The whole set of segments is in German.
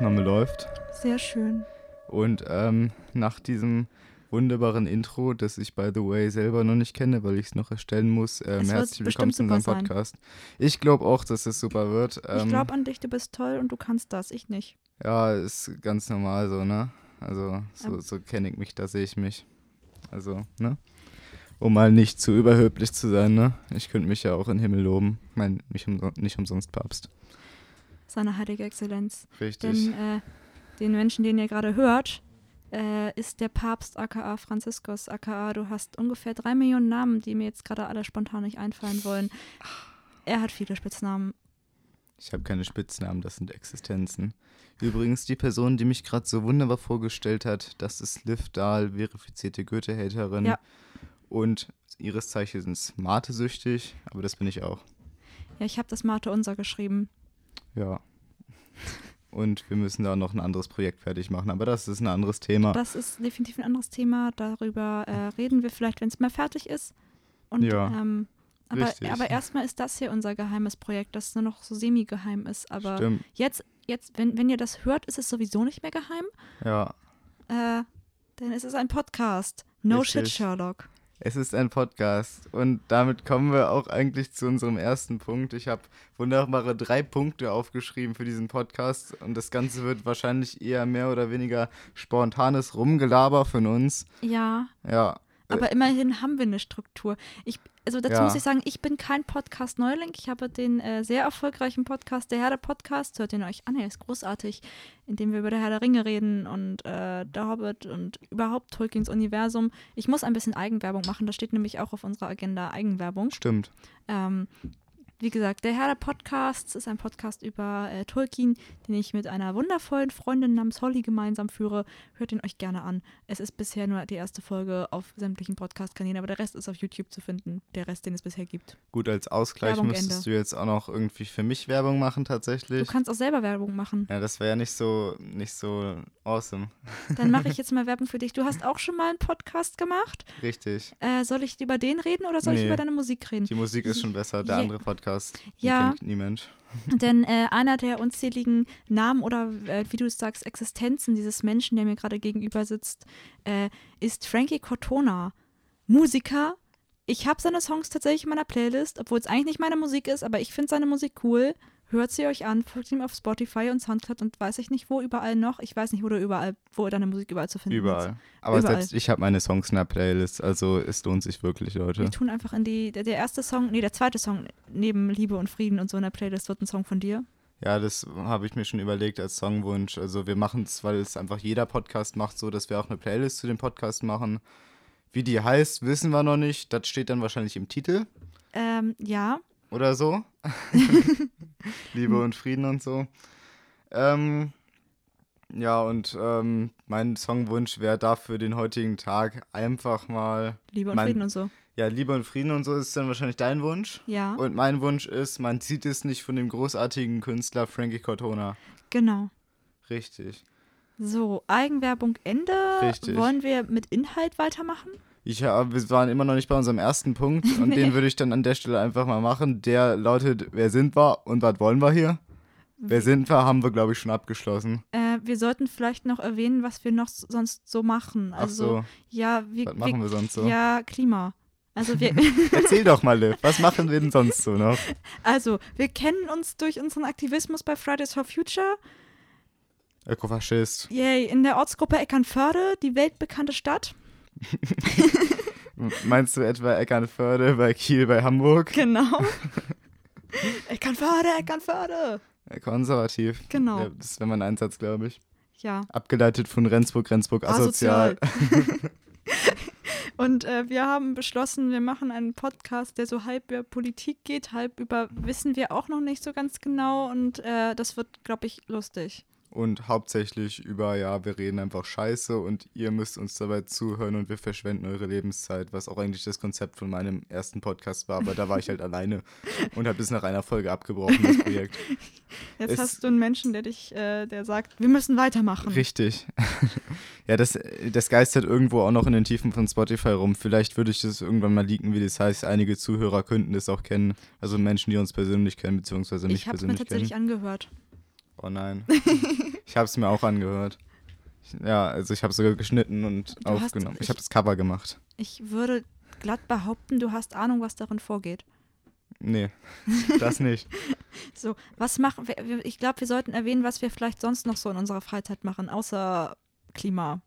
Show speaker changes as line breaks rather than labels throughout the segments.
läuft.
Sehr schön.
Und ähm, nach diesem wunderbaren Intro, das ich by the way selber noch nicht kenne, weil ich es noch erstellen muss, ähm,
Es wird
herzlich willkommen
bestimmt
zu unserem
super sein.
Podcast. Ich glaube auch, dass es super wird.
ich
Ähm,
glaube an dich, du bist toll und du kannst das, ich nicht.
ja, ist ganz normal so, ne? Also, so,
Ähm.
so kenne ich mich, da sehe ich mich. Also, ne? Um mal nicht zu überhöblich zu sein, ne? Ich könnte mich ja auch in den Himmel loben. Ich meine, nicht, umso nicht umsonst Papst.
Seine heilige Exzellenz.
Richtig.
Denn äh, den Menschen, den ihr gerade hört, äh, ist der Papst aka Franziskus aka du hast ungefähr drei Millionen Namen, die mir jetzt gerade alle spontan nicht einfallen wollen. Er hat viele Spitznamen.
Ich habe keine Spitznamen, das sind Existenzen. Übrigens, die Person, die mich gerade so wunderbar vorgestellt hat, das ist Liv Dahl, verifizierte Goethe-Haterin.
Ja.
Und ihres Zeichens Mate-süchtig, aber das bin ich auch.
Ja, ich habe das Mate Unser geschrieben.
Ja. Und wir müssen da noch ein anderes Projekt fertig machen, aber das ist ein anderes Thema.
Das ist definitiv ein anderes Thema. Darüber äh, reden wir vielleicht, wenn es mal fertig ist. Und,
Ja,
ähm, aber,
richtig.
aber erstmal ist das hier unser geheimes Projekt, das nur noch so semi-geheim ist. Aber
Stimmt,
jetzt, jetzt wenn, wenn ihr das hört, ist es sowieso nicht mehr geheim.
ja.
Äh, denn es ist ein Podcast. No
Richtig.
shit, Sherlock.
Es ist ein Podcast und damit kommen wir auch eigentlich zu unserem ersten Punkt. Ich habe wunderbare drei Punkte aufgeschrieben für diesen Podcast und das Ganze wird wahrscheinlich eher mehr oder weniger spontanes Rumgelaber von uns.
Ja,
Ja,
aber immerhin haben wir eine Struktur. Ich, also dazu
Äh. Ja.
muss ich sagen, ich bin kein Podcast-Neuling. Ich habe den äh, sehr erfolgreichen Podcast, der Herr der Podcast, hört ihn euch an, er ist großartig, in dem wir über der Herr der Ringe reden und äh, der Hobbit und überhaupt Tolkiens Universum. Ich muss ein bisschen Eigenwerbung machen, das steht nämlich auch auf unserer Agenda, Eigenwerbung.
stimmt.
Ähm, wie gesagt, der Herr der Podcasts ist ein Podcast über äh, Tolkien, den ich mit einer wundervollen Freundin namens Holly gemeinsam führe. Hört ihn euch gerne an. Es ist bisher nur die erste Folge auf sämtlichen Podcast-Kanälen, aber der Rest ist auf YouTube zu finden. Der Rest, den es bisher gibt.
Gut, als Ausgleich
Werbung
müsstest
Ende.
du jetzt auch noch irgendwie für mich Werbung machen
Du
tatsächlich.
kannst auch selber Werbung machen.
Ja, das wäre ja nicht so nicht so awesome.
Dann mache ich jetzt mal Werbung für dich. Du hast auch schon mal einen Podcast gemacht.
Richtig.
Äh, soll ich über den reden oder soll ich
Nee.
über deine Musik reden?
Die Musik ist schon besser, der
Ja.
andere Podcast. den
Ja.
kennt nie Mensch.
Denn äh, einer der unzähligen Namen oder, äh, wie du es sagst, Existenzen dieses Menschen, der mir gerade gegenüber sitzt, äh, ist Frankie Cortona. Musiker. Ich habe seine Songs tatsächlich in meiner Playlist, obwohl es eigentlich nicht meine Musik ist, aber ich finde seine Musik cool. Hört sie euch an, folgt ihm auf Spotify und Soundcloud und weiß ich nicht wo überall noch. Ich weiß nicht, wo du überall, wo deine Musik überall zu finden
Überall. Aber
Überall.
selbst ich habe meine Songs in der Playlist, also es lohnt sich wirklich, Leute.
Wir tun einfach in die, der, der erste Song, nee, der zweite Song neben Liebe und Frieden und so in der Playlist wird ein Song von dir.
Ja, das habe ich mir schon überlegt als Songwunsch. Also wir machen es, weil es einfach jeder Podcast macht, so dass wir auch eine Playlist zu dem Podcast machen. Wie die heißt, wissen wir noch nicht. Das steht dann wahrscheinlich im Titel
Ähm, ja,
oder so. Liebe und Frieden und so. Ähm, ja, und ähm, mein Songwunsch wäre dafür den heutigen Tag einfach mal.
Liebe und
mein,
Frieden und so.
Ja, Liebe und Frieden und so ist dann wahrscheinlich dein Wunsch.
Ja,
Und mein Wunsch ist, man zieht es nicht von dem großartigen Künstler Frankie Cortona.
genau.
Richtig.
So, Eigenwerbung Ende.
Richtig.
Wollen wir mit Inhalt weitermachen?
Ich, hab- wir waren immer noch nicht bei unserem ersten Punkt und den würde ich dann an der Stelle einfach mal machen. Der lautet, wer sind wir und was wollen wir hier? Wer sind wir, haben wir, glaube ich, schon abgeschlossen.
Äh, wir sollten vielleicht noch erwähnen, was wir noch s- sonst so machen.
Ach
Also,
so,
ja, wir,
was machen wir sonst so?
Ja, Klima. Also wir,
Erzähl doch mal, Liv, was machen wir denn sonst so noch?
also wir kennen uns durch unseren Aktivismus bei Fridays for Future.
Ökofaschist.
Yay, in der Ortsgruppe Eckernförde, die weltbekannte Stadt.
Meinst du etwa Eckernförde bei Kiel bei Hamburg?
Genau. Eckernförde, Eckernförde.
Konservativ.
Genau.
Ja, Das wäre mein Einsatz, glaube ich.
Ja.
Abgeleitet von Rendsburg, Rendsburg asozial.
Und äh, wir haben beschlossen, wir machen einen Podcast, der so halb über Politik geht, halb über wissen wir auch noch nicht so ganz genau. Und äh, das wird, glaube ich, lustig.
und hauptsächlich über, ja, wir reden einfach scheiße und ihr müsst uns dabei zuhören und wir verschwenden eure Lebenszeit, was auch eigentlich das Konzept von meinem ersten Podcast war, aber da war ich halt alleine und habe bis nach einer Folge abgebrochen, das Projekt.
Jetzt
Es-
hast du einen Menschen, der dich, äh, der sagt, wir müssen weitermachen.
Richtig. ja, das, das geistert irgendwo auch noch in den Tiefen von Spotify rum. Vielleicht würde ich das irgendwann mal leaken, wie das heißt. Einige Zuhörer könnten das auch kennen, also Menschen, die uns persönlich kennen, beziehungsweise mich
Ich habe es mir
persönlich kennen.
tatsächlich angehört.
Oh nein. ich habe es mir auch angehört. Ich, ja, also ich habe sogar geschnitten und
Du hast-
aufgenommen. ich
ich-
habe das Cover gemacht.
Ich würde glatt behaupten, du hast Ahnung, was darin vorgeht.
Nee, das nicht.
So, was machen wir- wir? Ich glaube, wir sollten erwähnen, was wir vielleicht sonst noch so in unserer Freizeit machen, außer Klima.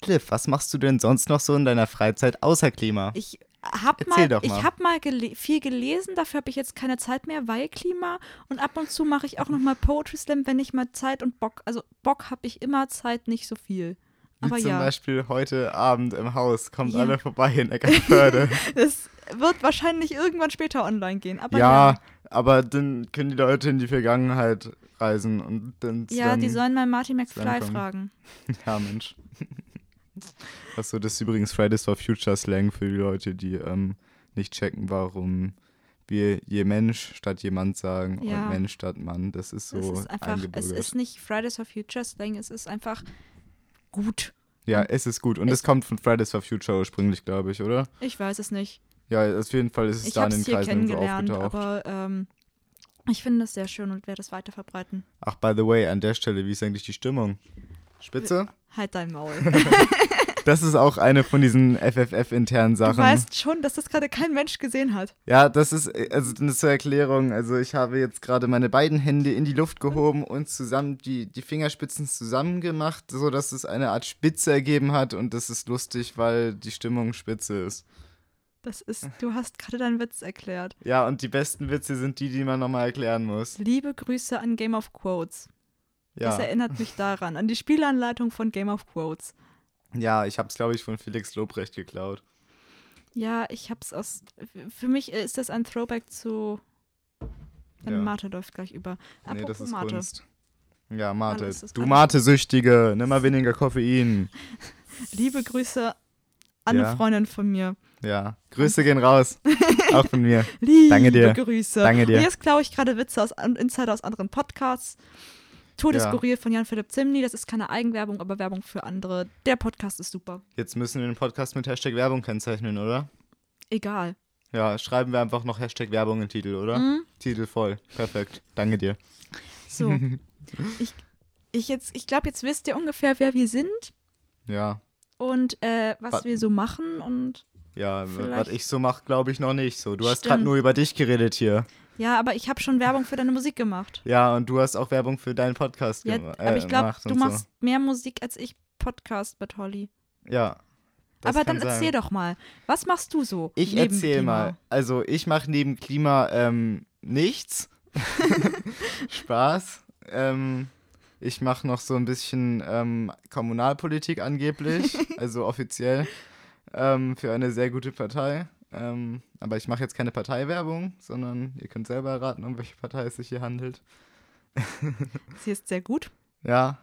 Cliff, was machst du denn sonst noch so in deiner Freizeit außer Klima?
Ich habe
Erzähl
mal,
doch mal.
Ich hab mal gele viel gelesen, dafür habe ich jetzt keine Zeit mehr, weil Klima. Und ab und zu mache ich auch noch mal Poetry Slam, wenn ich mal Zeit und Bock. Also Bock habe ich immer, Zeit nicht so viel.
Wie
Aber
zum
ja,
Beispiel heute Abend im Haus. Kommt
Ja.
alle vorbei in Eckernförde.
es wird wahrscheinlich irgendwann später online gehen. Aber
ja, aber dann können die Leute in die Vergangenheit reisen und dann
ja, ja, die
zusammen-
sollen mal Marty McFly
zusammenkommen.
fragen.
Ja, Mensch. Achso, das ist übrigens Fridays for Future Slang für die Leute, die ähm, nicht checken, warum wir je Mensch statt jemand sagen
Ja.
und Mensch statt Mann. Das ist so
es ist einfach, es
eingebürgert.
ist nicht Fridays for Future Slang, es ist einfach gut.
ja, es ist gut. Und es kommt von Fridays for Future ursprünglich, glaube ich, oder?
Ich weiß es nicht.
Ja, auf jeden Fall ist es
Ich
da in
habe
den
es hier
Kreisen irgendwo
kennengelernt,
aufgetaucht.
aber ähm, ich finde es sehr schön und werde es weiter verbreiten.
Ach, by the way, an der Stelle, wie ist eigentlich die Stimmung? Spitze?
Halt dein Maul.
Das ist auch eine von diesen FFF-internen Sachen.
Du weißt schon, dass das gerade kein Mensch gesehen hat.
Ja, das ist äh, also eine zur Erklärung. Also ich habe jetzt gerade meine beiden Hände in die Luft gehoben und zusammen die, die Fingerspitzen zusammen gemacht, so dass es eine Art Spitze ergeben hat und das ist lustig, weil die Stimmung spitze ist.
Das ist, du hast gerade deinen Witz erklärt.
Ja, und die besten Witze sind die, die man nochmal erklären muss.
Liebe Grüße an Game of Quotes. Das
Ja,
erinnert mich daran, an die Spielanleitung von Game of Quotes.
ja ich habe es, glaube ich, von Felix Lobrecht geklaut.
Ja, ich hab's aus. Für mich ist das ein Throwback zu. Deine
Ja.
Mate läuft gleich über. Apropos
nee, das ist
Mate.
Kunst. Ja, Mate.
Alles ist
Du
alles.
Mate-Süchtige, nimm mal weniger Koffein.
Liebe Grüße an
Ja.
eine Freundin von mir.
Ja, Grüße gehen raus. Auch von mir.
Liebe
Danke dir.
Grüße.
Danke dir.
Und jetzt klaue ich gerade Witze aus an- Insider aus anderen Podcasts. Todeskuril von Jan Philipp Zimny. Das ist keine Eigenwerbung, aber Werbung für andere. Der Podcast ist super.
Jetzt müssen wir den Podcast mit Hashtag Werbung kennzeichnen, oder?
Egal. Hm?
Ja, schreiben wir einfach noch Hashtag Werbung in den Titel, oder?
Mhm.
Titel voll. Perfekt. Danke dir.
So. ich ich, jetzt- ich glaube, jetzt wisst ihr ungefähr, wer wir sind
Ja.
und äh, was
Wa-
wir so machen. Und
Ja, w- was
Vielleicht-
ich so mache, glaube ich noch nicht so. Du hast
Stimmt.
gerade nur über dich geredet hier.
ja, aber ich habe schon Werbung für deine Musik gemacht.
Ja, und du hast auch Werbung für deinen Podcast
Ja,
gema-
aber
äh,
ich glaube,
gemacht
du
und
machst mehr Musik als ich Podcast mit Holly.
So. Ja. das
aber
kann
dann erzähl
sein.
doch mal, was machst du so?
Ich
neben
erzähl
Klima?
mal. Also, ich mache neben Klima ähm, nichts. Spaß. Ähm, ich mache noch so ein bisschen ähm, Kommunalpolitik angeblich, also offiziell, ähm, für eine sehr gute Partei. Ähm, aber ich mache jetzt keine Parteiwerbung, sondern ihr könnt selber erraten, um welche Partei es sich hier handelt.
Sie ist sehr gut.
Ja.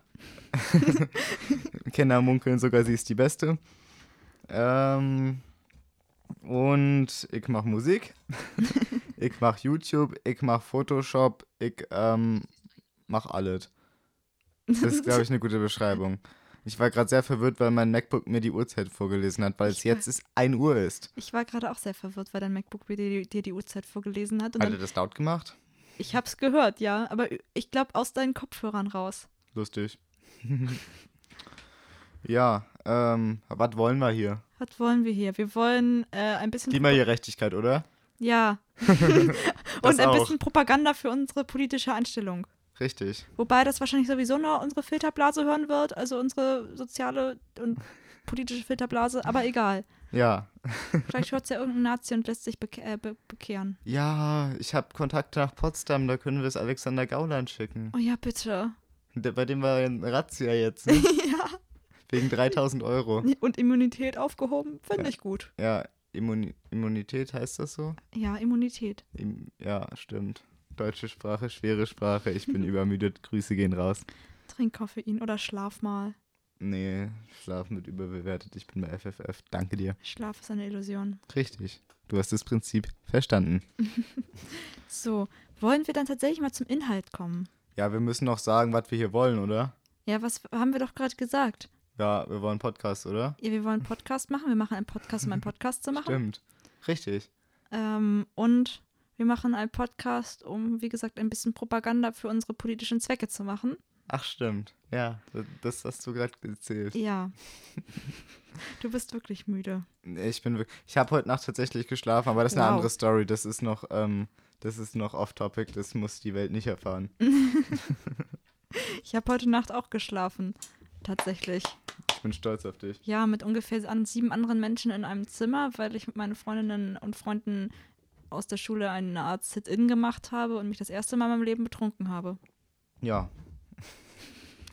Kenner munkeln sogar, sie ist die Beste. Ähm, und ich mache Musik. ich mache YouTube, ich mache Photoshop, ich ähm, mache alles. Das ist, glaube ich, eine gute Beschreibung. Ich war gerade sehr verwirrt, weil mein MacBook mir die Uhrzeit vorgelesen hat, weil es
Ich
jetzt ist 1 Uhr ist.
Ich war gerade auch sehr verwirrt, weil dein MacBook mir dir die, die Uhrzeit vorgelesen hat. Und
Hat er
dann,
das laut gemacht?
ich hab's gehört, ja, aber ich glaube aus deinen Kopfhörern raus.
Lustig. ja, ähm, was wollen wir hier?
Was wollen wir hier? Wir wollen äh, ein bisschen.
Klimagerechtigkeit, oder?
Ja.
Das
Und ein
auch.
bisschen Propaganda für unsere politische Einstellung.
Richtig.
Wobei das wahrscheinlich sowieso nur unsere Filterblase hören wird, also unsere soziale und politische Filterblase, aber egal.
Ja.
Vielleicht hört es ja irgendein Nazi und lässt sich beke äh, be bekehren.
Ja, ich habe Kontakte nach Potsdam, da können wir es Alexander Gauland schicken.
Oh ja, bitte.
Der, bei dem war eine Razzia jetzt, ne?
ja.
wegen 3000 Euro.
Und Immunität aufgehoben, finde ich gut.
Ja, Immuni Immunität heißt das so?
Ja, Immunität.
Im ja, stimmt. Deutsche Sprache, schwere Sprache, ich bin übermüdet, Grüße gehen raus.
Trink Koffein oder schlaf mal.
Nee, Schlafen wird überbewertet, ich bin bei FFF, danke dir.
Schlaf ist eine Illusion.
Richtig, du hast das Prinzip verstanden.
So, wollen wir dann tatsächlich mal zum Inhalt kommen?
Ja, wir müssen noch sagen, was wir hier wollen, oder?
Ja, was haben wir doch gerade gesagt?
Ja, wir wollen Podcast, oder?
Ja, wir wollen einen Podcast machen. Wir machen einen Podcast, um einen Podcast zu machen.
Stimmt. Richtig.
Ähm, und Wir machen einen Podcast, um, wie gesagt, ein bisschen Propaganda für unsere politischen Zwecke zu machen.
Ach, stimmt. Ja, das- das hast du gerade gezählt.
Ja. du bist wirklich müde.
Ich bin wirklich. Ich habe heute Nacht tatsächlich geschlafen, aber das ist eine
Wow.
andere Story. Das ist noch, ähm, das ist noch off-topic, das muss die Welt nicht erfahren.
Mm. Ich habe heute Nacht auch geschlafen. Tatsächlich.
Ich bin stolz auf dich.
Ja, mit ungefähr an sieben anderen Menschen in einem Zimmer, weil ich mit meinen Freundinnen und Freunden aus der Schule eine Art Sit-In gemacht habe und mich das erste Mal in meinem Leben betrunken habe.
Ja.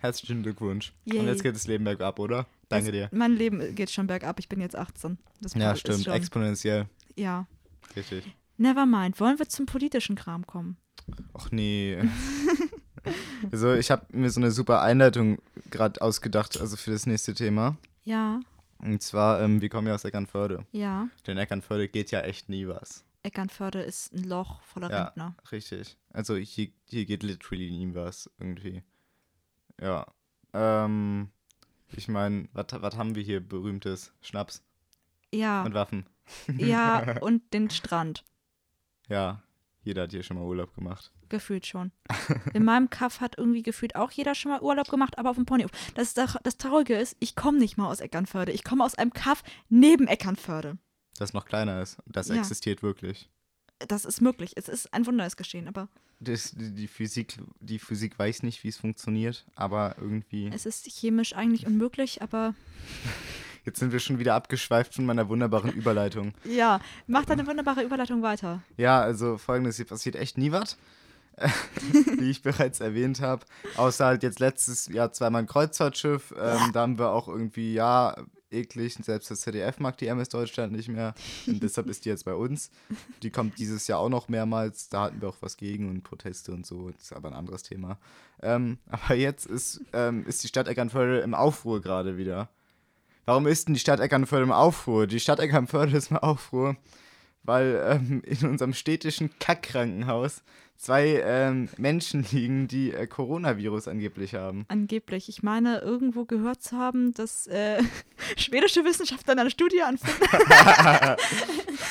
Herzlichen Glückwunsch. Und
Yay.
jetzt geht das Leben bergab, oder? Danke
das,
dir.
Mein Leben geht schon bergab, ich bin jetzt 18. Das
Ja,
ist
stimmt.
schon-
Exponentiell.
Ja.
Richtig.
Nevermind. Wollen wir zum politischen Kram kommen?
Och nee. also, ich habe mir so eine super Einleitung gerade ausgedacht, also für das nächste Thema.
Ja,
Und zwar, ähm, wir kommen ja aus Eckernförde.
ja.
Denn Eckernförde geht ja echt nie was.
Eckernförde ist ein Loch voller
Ja.
Rentner.
Richtig. Also hier, hier geht literally nie was irgendwie. Ja. Ähm, ich meine, was haben wir hier berühmtes? Schnaps
Ja,
und Waffen.
ja, und den Strand.
Ja, jeder hat hier schon mal Urlaub gemacht.
Gefühlt schon. In meinem Kaff hat irgendwie gefühlt auch jeder schon mal Urlaub gemacht, aber auf dem Ponyhof. Das, ist doch- das Traurige ist, ich komme nicht mal aus Eckernförde. Ich komme aus einem Kaff neben Eckernförde.
Das noch kleiner ist. Und Das
Ja.
existiert wirklich.
Das ist möglich. Es ist ein Wunder ist geschehen, aber
Das, die, die, Physik, die Physik weiß nicht, wie es funktioniert, aber irgendwie.
es ist chemisch eigentlich unmöglich, aber
Jetzt sind wir schon wieder abgeschweift von meiner wunderbaren Überleitung.
ja, mach deine wunderbare Überleitung weiter.
Ja, also folgendes, hier passiert echt nie was, wie ich bereits erwähnt habe. Außer halt jetzt letztes Jahr zweimal ein Kreuzfahrtschiff. Ähm, da haben wir auch irgendwie, ja, eklig, selbst das ZDF mag die MS Deutschland nicht mehr. Und deshalb ist die jetzt bei uns. Die kommt dieses Jahr auch noch mehrmals. Da hatten wir auch was gegen und Proteste und so. Das ist aber ein anderes Thema. Ähm, aber jetzt ist, ähm, ist die Stadt Eckernförde im Aufruhr gerade wieder. Warum ist denn die Stadt Eckernförde im Aufruhr? Die Stadt Eckernförde ist im Aufruhr, weil ähm, in unserem städtischen Kackkrankenhaus zwei ähm, Menschen liegen, die äh, Coronavirus angeblich haben.
Angeblich. Ich meine, irgendwo gehört zu haben, dass äh, schwedische Wissenschaftler eine Studie anfangen.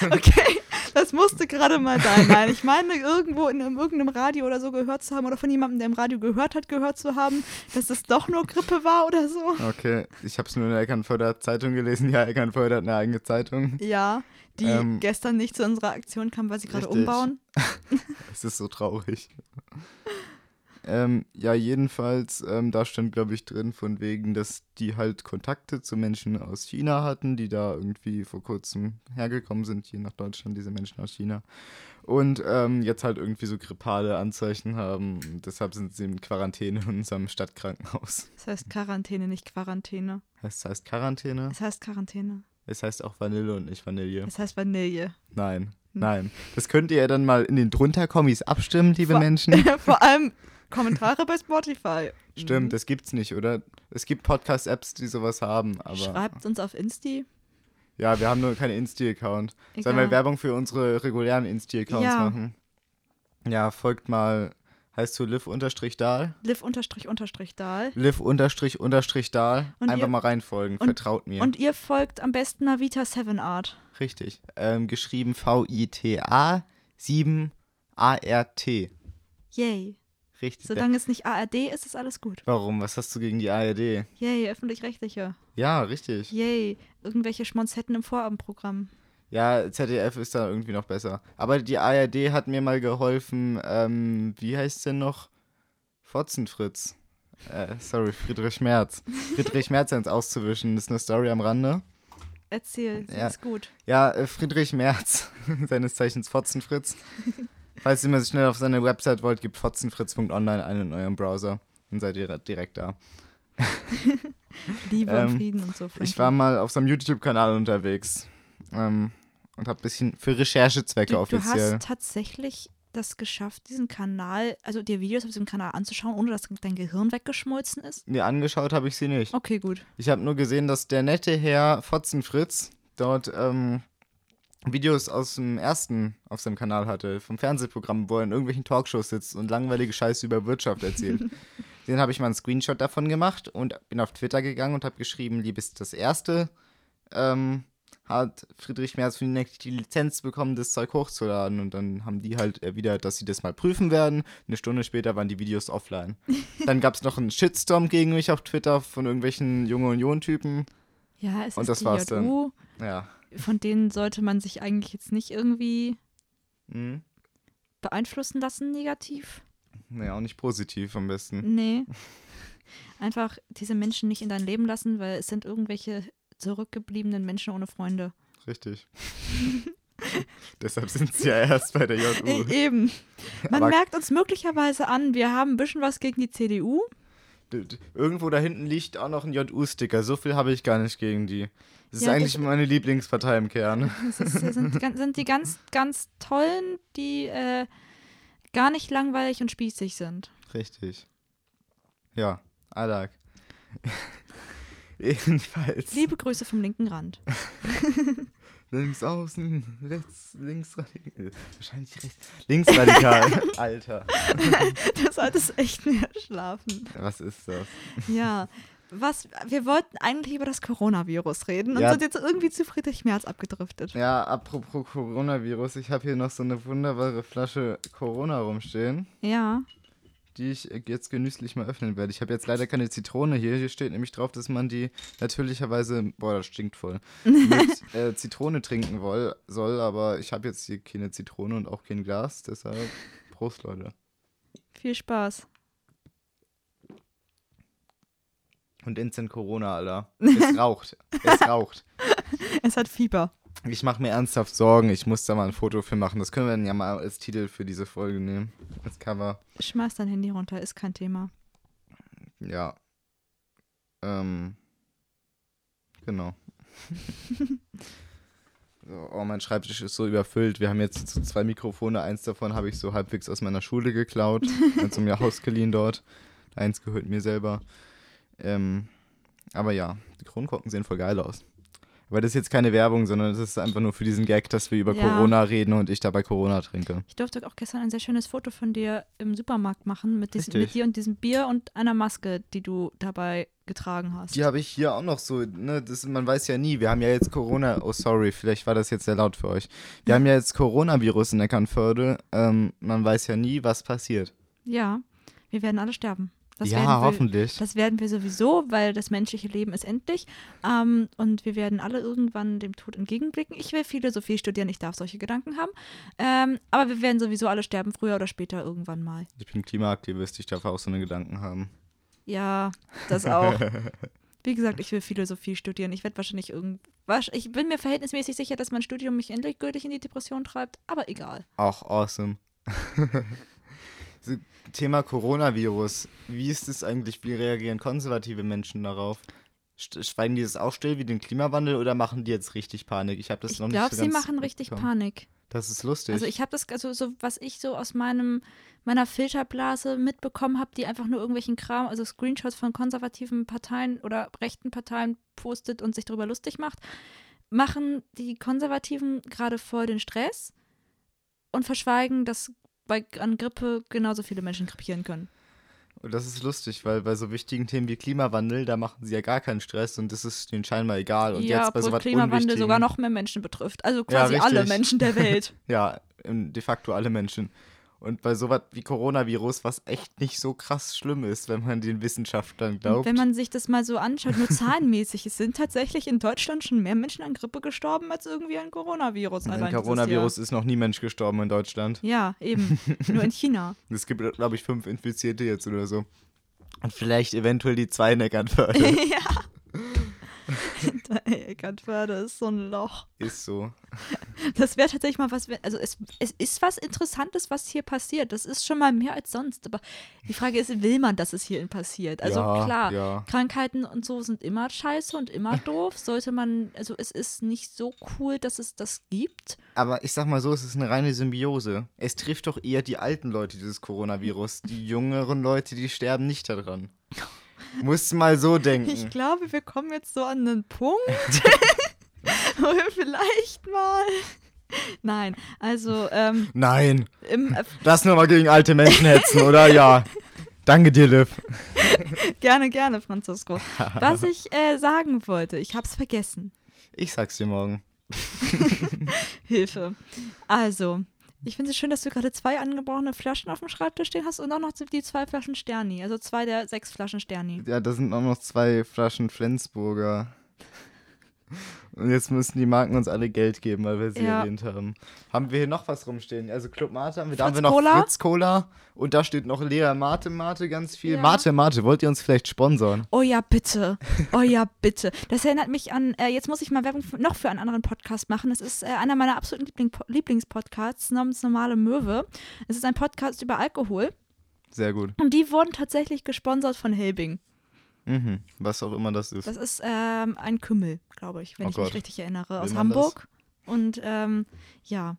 okay, das musste gerade mal sein. Nein, ich meine, irgendwo in einem, irgendeinem Radio oder so gehört zu haben oder von jemandem, der im Radio gehört hat, gehört zu haben, dass es doch nur Grippe war oder so.
Okay, ich habe es nur in der Eckernförder Zeitung gelesen. Ja, Eckernförder hat eine eigene Zeitung.
Ja, die
Ähm,
gestern nicht zu unserer Aktion kam, weil sie gerade
richtig.
umbauen.
Es ist so traurig. ähm, ja, jedenfalls, ähm, da stand, glaube ich, drin von wegen, dass die halt Kontakte zu Menschen aus China hatten, die da irgendwie vor kurzem hergekommen sind, hier nach Deutschland, diese Menschen aus China. Und ähm, jetzt halt irgendwie so grippale Anzeichen haben. Und deshalb sind sie in Quarantäne in unserem Stadtkrankenhaus.
Das heißt Quarantäne, nicht Quarantäne.
Es heißt Quarantäne.
Es heißt Quarantäne.
Es heißt auch Vanille und nicht Vanille.
Es heißt Vanille.
Nein, nein. Das könnt ihr ja dann mal in den drunter Kommis abstimmen, liebe
Vor-
Menschen.
Vor allem Kommentare bei Spotify. Mhm.
Stimmt, das gibt's nicht, oder? Es gibt Podcast-Apps, die sowas haben, aber.
Schreibt uns auf Insti.
Ja, wir haben nur keinen Insti-Account. Sollen wir
Egal.
Werbung für unsere regulären Insti-Accounts
Ja.
machen? Ja, folgt mal. Heißt du liv-dahl?
Liv unterstrich unterstrich Dahl.
Liv-dahl.
Und
Einfach
ihr-
mal reinfolgen, vertraut mir.
Und ihr folgt am besten Navita Seven Art.
Richtig. Ähm, geschrieben V-I-T-A 7 A-R-T.
Yay.
Richtig.
Solange es nicht ARD ist, ist alles gut.
Warum? Was hast du gegen die ARD?
Yay, öffentlich-rechtliche.
Ja, richtig.
Yay, irgendwelche Schmonzetten im Vorabendprogramm.
Ja, ZDF ist da irgendwie noch besser. Aber die ARD hat mir mal geholfen, ähm, wie heißt denn noch? Fotzenfritz. Äh, sorry, Friedrich Merz. Friedrich Merz eins auszuwischen, das ist eine Story am Rande.
Erzähl, sie
Ja.
ist gut.
Ja, äh, Friedrich Merz, seines Zeichens Fotzenfritz. Falls ihr mal so schnell auf seine Website wollt, gebt fotzenfritz.online ein in eurem Browser und seid ihr direkt da.
Liebe
Ähm,
und Frieden und so.
Ich
Frankie.
war mal auf seinem YouTube-Kanal unterwegs ähm, und habe ein bisschen für Recherchezwecke
du, du
offiziell.
hast tatsächlich das geschafft, diesen Kanal, also dir Videos auf diesem Kanal anzuschauen, ohne dass dein Gehirn weggeschmolzen ist?
Nee, angeschaut habe ich sie nicht.
Okay, gut.
Ich habe nur gesehen, dass der nette Herr Fotzenfritz dort ähm, Videos aus dem ersten auf seinem Kanal hatte, vom Fernsehprogramm, wo er in irgendwelchen Talkshows sitzt und langweilige Scheiße über Wirtschaft erzählt. Den habe ich mal einen Screenshot davon gemacht und bin auf Twitter gegangen und habe geschrieben, lieb ist das Erste. Ähm, hat Friedrich Merz für die Neck die Lizenz bekommen, das Zeug hochzuladen. Und dann haben die halt erwidert, dass sie das mal prüfen werden. Eine Stunde später waren die Videos offline. dann gab es noch einen Shitstorm gegen mich auf Twitter von irgendwelchen Junge Union-Typen.
Ja, es
Und
ist
das
die
war's dann.
JU.
Ja.
Von denen sollte man sich eigentlich jetzt nicht irgendwie
Mhm.
beeinflussen lassen, negativ.
Naja, auch nicht positiv am besten.
Nee. Einfach diese Menschen nicht in dein Leben lassen, weil es sind irgendwelche zurückgebliebenen Menschen ohne Freunde.
Richtig. Deshalb sind sie ja erst bei der
E-
JU.
Eben. Man
Uh. Aber-
merkt uns möglicherweise an, wir haben ein bisschen was gegen die CDU.
D- d- Irgendwo da hinten liegt auch noch ein JU-Sticker. So viel habe ich gar nicht gegen die. Das ist
Ja,
eigentlich
das-
meine Lieblingspartei im Kern.
Das ist, das sind, die gan- sind die ganz, ganz tollen, die äh, gar nicht langweilig und spießig sind.
Richtig. Ja, Adak. Jedenfalls.
Liebe Grüße vom linken Rand.
Links außen, rechts, links radikal. Wahrscheinlich rechts. Links radikal. Alter.
Du solltest echt mehr schlafen.
Was ist das?
Ja. Was, wir wollten eigentlich über das Coronavirus reden und
Ja.
sind jetzt irgendwie zu Friedrich Merz abgedriftet.
Ja, apropos Coronavirus, ich habe hier noch so eine wunderbare Flasche Corona rumstehen,
Ja.
die ich jetzt genüsslich mal öffnen werde. Ich habe jetzt leider keine Zitrone hier. Hier steht nämlich drauf, dass man die natürlicherweise, boah, das stinkt voll, mit äh, Zitrone trinken woll, soll, aber ich habe jetzt hier keine Zitrone und auch kein Glas, deshalb Prost, Leute.
Viel Spaß.
Und Instant Corona, Alter. Es raucht. Es raucht.
Es hat Fieber.
Ich mache mir ernsthaft Sorgen. Ich muss da mal ein Foto für machen. Das können wir dann ja mal als Titel für diese Folge nehmen. Als Cover.
Schmeiß dein Handy runter, ist kein Thema.
Ja. Ähm. Genau. so, oh, mein Schreibtisch ist so überfüllt. Wir haben jetzt so zwei Mikrofone. Eins davon habe ich so halbwegs aus meiner Schule geklaut. Eins um mir ausgeliehen dort. Eins gehört mir selber. Ähm, aber ja, die Kronkorken sehen voll geil aus. Aber das ist jetzt keine Werbung, sondern das ist einfach nur für diesen Gag, dass wir über
Ja.
Corona reden und ich dabei Corona trinke.
Ich durfte auch gestern ein sehr schönes Foto von dir im Supermarkt machen mit, diesem,
Richtig.
mit dir und diesem Bier und einer Maske, die du dabei getragen hast.
Die habe ich hier auch noch so, ne, das, man weiß ja nie, wir haben ja jetzt Corona, oh sorry, vielleicht war das jetzt sehr laut für euch. Wir haben ja jetzt Coronavirus in Eckernförde, ähm, man weiß ja nie, was passiert.
Ja, wir werden alle sterben. Das werden
ja,
wir,
hoffentlich.
Das werden wir sowieso, weil das menschliche Leben ist endlich. Ähm, und wir werden alle irgendwann dem Tod entgegenblicken. Ich will Philosophie studieren, ich darf solche Gedanken haben. Ähm, aber wir werden sowieso alle sterben, früher oder später irgendwann mal.
Ich bin Klimaaktivist, ich darf auch so eine Gedanken haben.
Ja, das auch. Wie gesagt, ich will Philosophie studieren. Ich werde wahrscheinlich irgend. wasch- Ich bin mir verhältnismäßig sicher, dass mein Studium mich endgültig in die Depression treibt, aber egal.
Auch awesome. So, Thema Coronavirus. Wie ist es eigentlich, wie reagieren konservative Menschen darauf? St- Schweigen die das auch still wie den Klimawandel oder machen die jetzt richtig Panik? Ich habe das
Ich
noch
glaube,
nicht so
sie
ganz
machen richtig
mitbekommen.
Panik.
Das ist lustig.
Also ich habe das, also so, was ich so aus meinem, meiner Filterblase mitbekommen habe, die einfach nur irgendwelchen Kram, also Screenshots von konservativen Parteien oder rechten Parteien postet und sich darüber lustig macht, machen die Konservativen gerade voll den Stress und verschweigen, dass bei, an Grippe genauso viele Menschen krepieren können.
Und das ist lustig, weil bei so wichtigen Themen wie Klimawandel, da machen sie ja gar keinen Stress und das ist ihnen scheinbar egal. Also Und
ja,
jetzt bei so
obwohl
was
Klimawandel
Unwichtigen,
sogar noch mehr Menschen betrifft. Also quasi alle
richtig.
Menschen der Welt.
Ja, ähm, de facto alle Menschen. Und bei sowas wie Coronavirus, was echt nicht so krass schlimm ist, wenn man den Wissenschaftlern glaubt.
Und Wenn man sich das mal so anschaut, nur zahlenmäßig, es sind tatsächlich in Deutschland schon mehr Menschen an Grippe gestorben als irgendwie an Coronavirus.
An
allein dieses
Coronavirus ist noch nie Mensch gestorben in Deutschland.
Jahr. Ja, eben. Nur in China.
Es gibt, glaube ich, fünf Infizierte jetzt oder so. Und vielleicht eventuell die zwei in Eckernförde.
ja. Eckernförde ist so ein Loch.
ist so.
Das wäre tatsächlich mal was, wenn- also es, es ist was Interessantes, was hier passiert. Das ist schon mal mehr als sonst. Aber die Frage ist, will man, dass es hierin passiert? Also
Ja,
klar,
ja.
Krankheiten und so sind immer scheiße und immer doof. Sollte man, also es ist nicht so cool, dass es das gibt.
Aber ich sag mal so, es ist eine reine Symbiose. Es trifft doch eher die alten Leute, dieses Coronavirus. Die jüngeren Leute, die sterben nicht daran. Musst mal so
Ich
denken.
glaube, wir kommen jetzt so an einen Punkt, wo wir vielleicht mal. Nein, also ähm,
Nein,
im, äh,
das nur mal gegen alte Menschen hetzen, oder? Ja. Danke dir, Liv.
gerne, gerne, Francisco. Was ich äh, sagen wollte, ich hab's vergessen.
Ich sag's dir morgen.
Hilfe. Also, ich finde es schön, dass du gerade zwei angebrochene Flaschen auf dem Schreibtisch stehen hast und auch noch die zwei Flaschen Sterni. Also zwei der sechs Flaschen Sterni.
Ja, da sind auch noch zwei Flaschen Flensburger. Und jetzt müssen die Marken uns alle Geld geben, weil wir sie
Ja.
erwähnt haben. Haben wir hier noch was rumstehen? Also Club Mate haben wir, da haben
Fritz
wir noch
Cola?
Fritz Cola und da steht noch Lea Mate Mate ganz viel.
Ja.
Mate Mate, wollt ihr uns vielleicht sponsern?
Oh ja, bitte. Oh ja, bitte. Das erinnert mich an, äh, jetzt muss ich mal Werbung f- noch für einen anderen Podcast machen. Das ist äh, einer meiner absoluten Liebling Lieblingspodcasts namens Normale Möwe. Es ist ein Podcast über Alkohol
Sehr gut.
und die wurden tatsächlich gesponsert von Helbing.
Mhm. Was auch immer das ist.
Das ist ähm, ein Kümmel, glaube ich, wenn
Oh
ich
Gott.
mich richtig erinnere, aus
man das?
Hamburg. Und ähm, ja,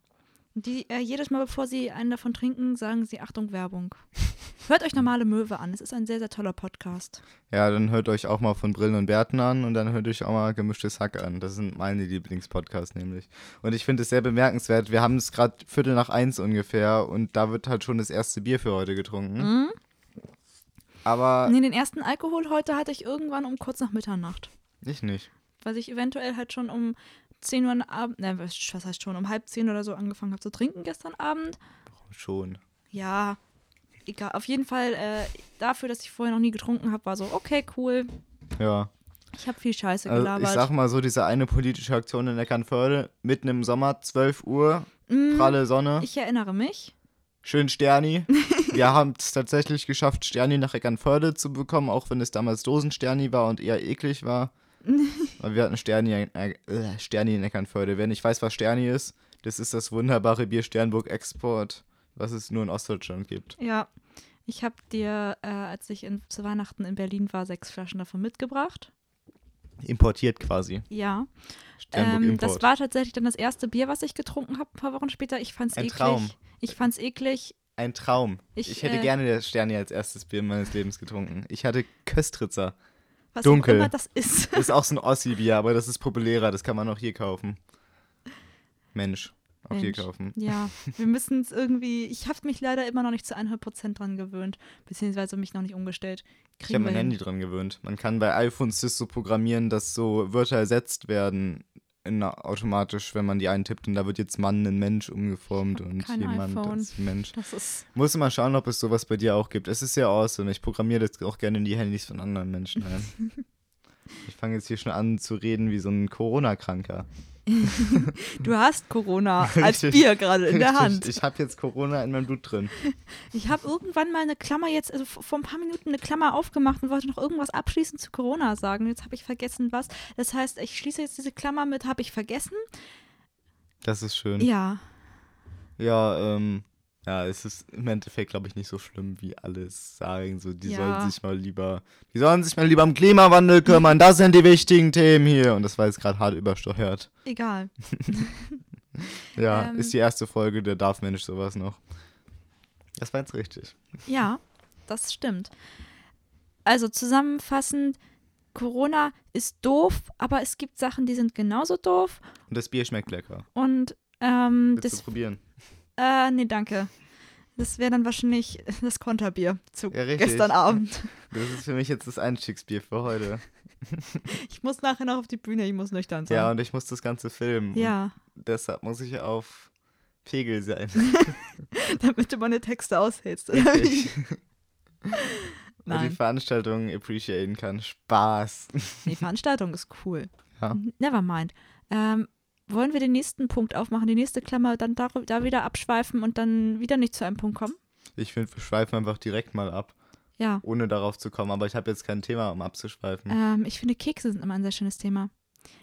die äh, jedes Mal, bevor sie einen davon trinken, sagen sie Achtung Werbung. Hört euch Normale Möwe an. Es ist ein sehr, sehr toller Podcast.
Ja, dann hört euch auch mal von Brillen und Bärten an und dann hört euch auch mal gemischtes Hack an. Das sind meine Lieblingspodcasts nämlich. Und ich finde es sehr bemerkenswert. Wir haben es gerade Viertel nach eins ungefähr und da wird halt schon das erste Bier für heute getrunken. Aber
Mhm.
Ah.
Nee, den ersten Alkohol heute hatte ich irgendwann um kurz nach Mitternacht.
ich nicht.
Weil ich eventuell halt schon um 10 Uhr abends, ne, was was heißt schon, um halb 10 oder so angefangen habe zu trinken gestern Abend.
Schon.
Ja, egal. Auf jeden Fall äh, dafür, dass ich vorher noch nie getrunken habe, war so, okay, cool.
Ja.
Ich habe viel Scheiße
Also
gelabert.
ich sag mal so, diese eine politische Aktion in Eckernförde, mitten im Sommer, 12 Uhr,
Mm,
pralle Sonne,
ich erinnere mich.
schön Sterni. Wir haben es tatsächlich geschafft, Sterni nach Eckernförde zu bekommen, auch wenn es damals Dosensterni war und eher eklig war. Aber wir hatten Sterni, in- äh, Sterni in Eckernförde. Wer nicht weiß, was Sterni ist, das ist das wunderbare Bier Sternburg Export, was es nur in Ostdeutschland gibt.
Ja. Ich habe dir, äh, als ich in, zu Weihnachten in Berlin war, sechs Flaschen davon mitgebracht.
Importiert quasi.
Ja.
Sternburg
Ähm,
Import.
das war tatsächlich dann das erste Bier, was ich getrunken habe, ein paar Wochen später. Ich fand's
Ein
eklig.
Traum.
Ich fand's eklig.
Ein Traum. Ich,
Ich,
hätte
äh,
gerne das Sterni als erstes Bier meines Lebens getrunken. Ich hatte Köstritzer.
Was
Dunkel.
auch immer das ist.
Das ist auch so ein Ossi-Bier, aber das ist populärer. Das kann man auch hier kaufen. Mensch, auch hier
Mensch.
kaufen.
Ja, wir müssen es irgendwie. Ich habe mich leider immer noch nicht zu 100% dran gewöhnt, beziehungsweise mich noch nicht umgestellt.
Ich habe
Kriegen
mein
wir hin.
Handy dran gewöhnt. Man kann bei iPhones das so programmieren, dass so Wörter ersetzt werden in, automatisch, wenn man die eintippt. Und da wird jetzt Mann in Mensch umgeformt
hab
und
kein
jemand
iPhone.
als Mensch.
Das ist.
Muss mal schauen, ob es sowas bei dir auch gibt. Es ist ja awesome. Ich programmiere das auch gerne in die Handys von anderen Menschen ein. ich fange jetzt hier schon an zu reden wie so ein Corona-Kranker.
Du hast Corona als
Hm. Richtig.
Bier gerade in der Hand.
Ich, ich habe jetzt Corona in meinem Blut drin.
Ich habe irgendwann mal eine Klammer jetzt, also v- vor ein paar Minuten eine Klammer aufgemacht und wollte noch irgendwas abschließend zu Corona sagen. Jetzt habe ich vergessen, was. Das heißt, ich schließe jetzt diese Klammer mit, habe ich vergessen?
Das ist schön.
Ja.
Ja, ähm, ja, es ist im Endeffekt, glaube ich, nicht so schlimm, wie alle es sagen. So, die
Ja.
sollen sich mal lieber, die sollen sich mal lieber um Klimawandel kümmern. Das sind die wichtigen Themen hier. Und das war jetzt gerade hart übersteuert.
Egal.
Ja,
Ähm.
ist die erste Folge, der darf Mensch sowas noch. Das war jetzt richtig.
Ja, das stimmt. Also zusammenfassend, Corona ist doof, aber es gibt Sachen, die sind genauso doof.
Und das Bier schmeckt lecker.
Und ähm,
Willst du
das.
probieren?
Äh, nee, danke. Das wäre dann wahrscheinlich das Konterbier zu
Ja, richtig.
gestern Abend.
Das ist für mich jetzt das Einstiegsbier für heute.
Ich muss nachher noch auf die Bühne, ich muss nüchtern sein.
Ja, und ich muss das Ganze filmen.
Also. ja.
Und deshalb muss ich auf Pegel sein.
damit du meine Texte aushältst.
Richtig. Und die
Nein,
Veranstaltung appreciaten kann. Spaß.
die Veranstaltung ist cool.
Ja.
Never mind. Ähm, wollen wir den nächsten Punkt aufmachen, die nächste Klammer, dann da, da wieder abschweifen und dann wieder nicht zu einem Punkt kommen?
Ich finde, wir schweifen einfach direkt mal ab,
Ja.
ohne darauf zu kommen. Aber ich habe jetzt kein Thema, um abzuschweifen.
Ähm, ich finde, Kekse sind immer ein sehr schönes Thema.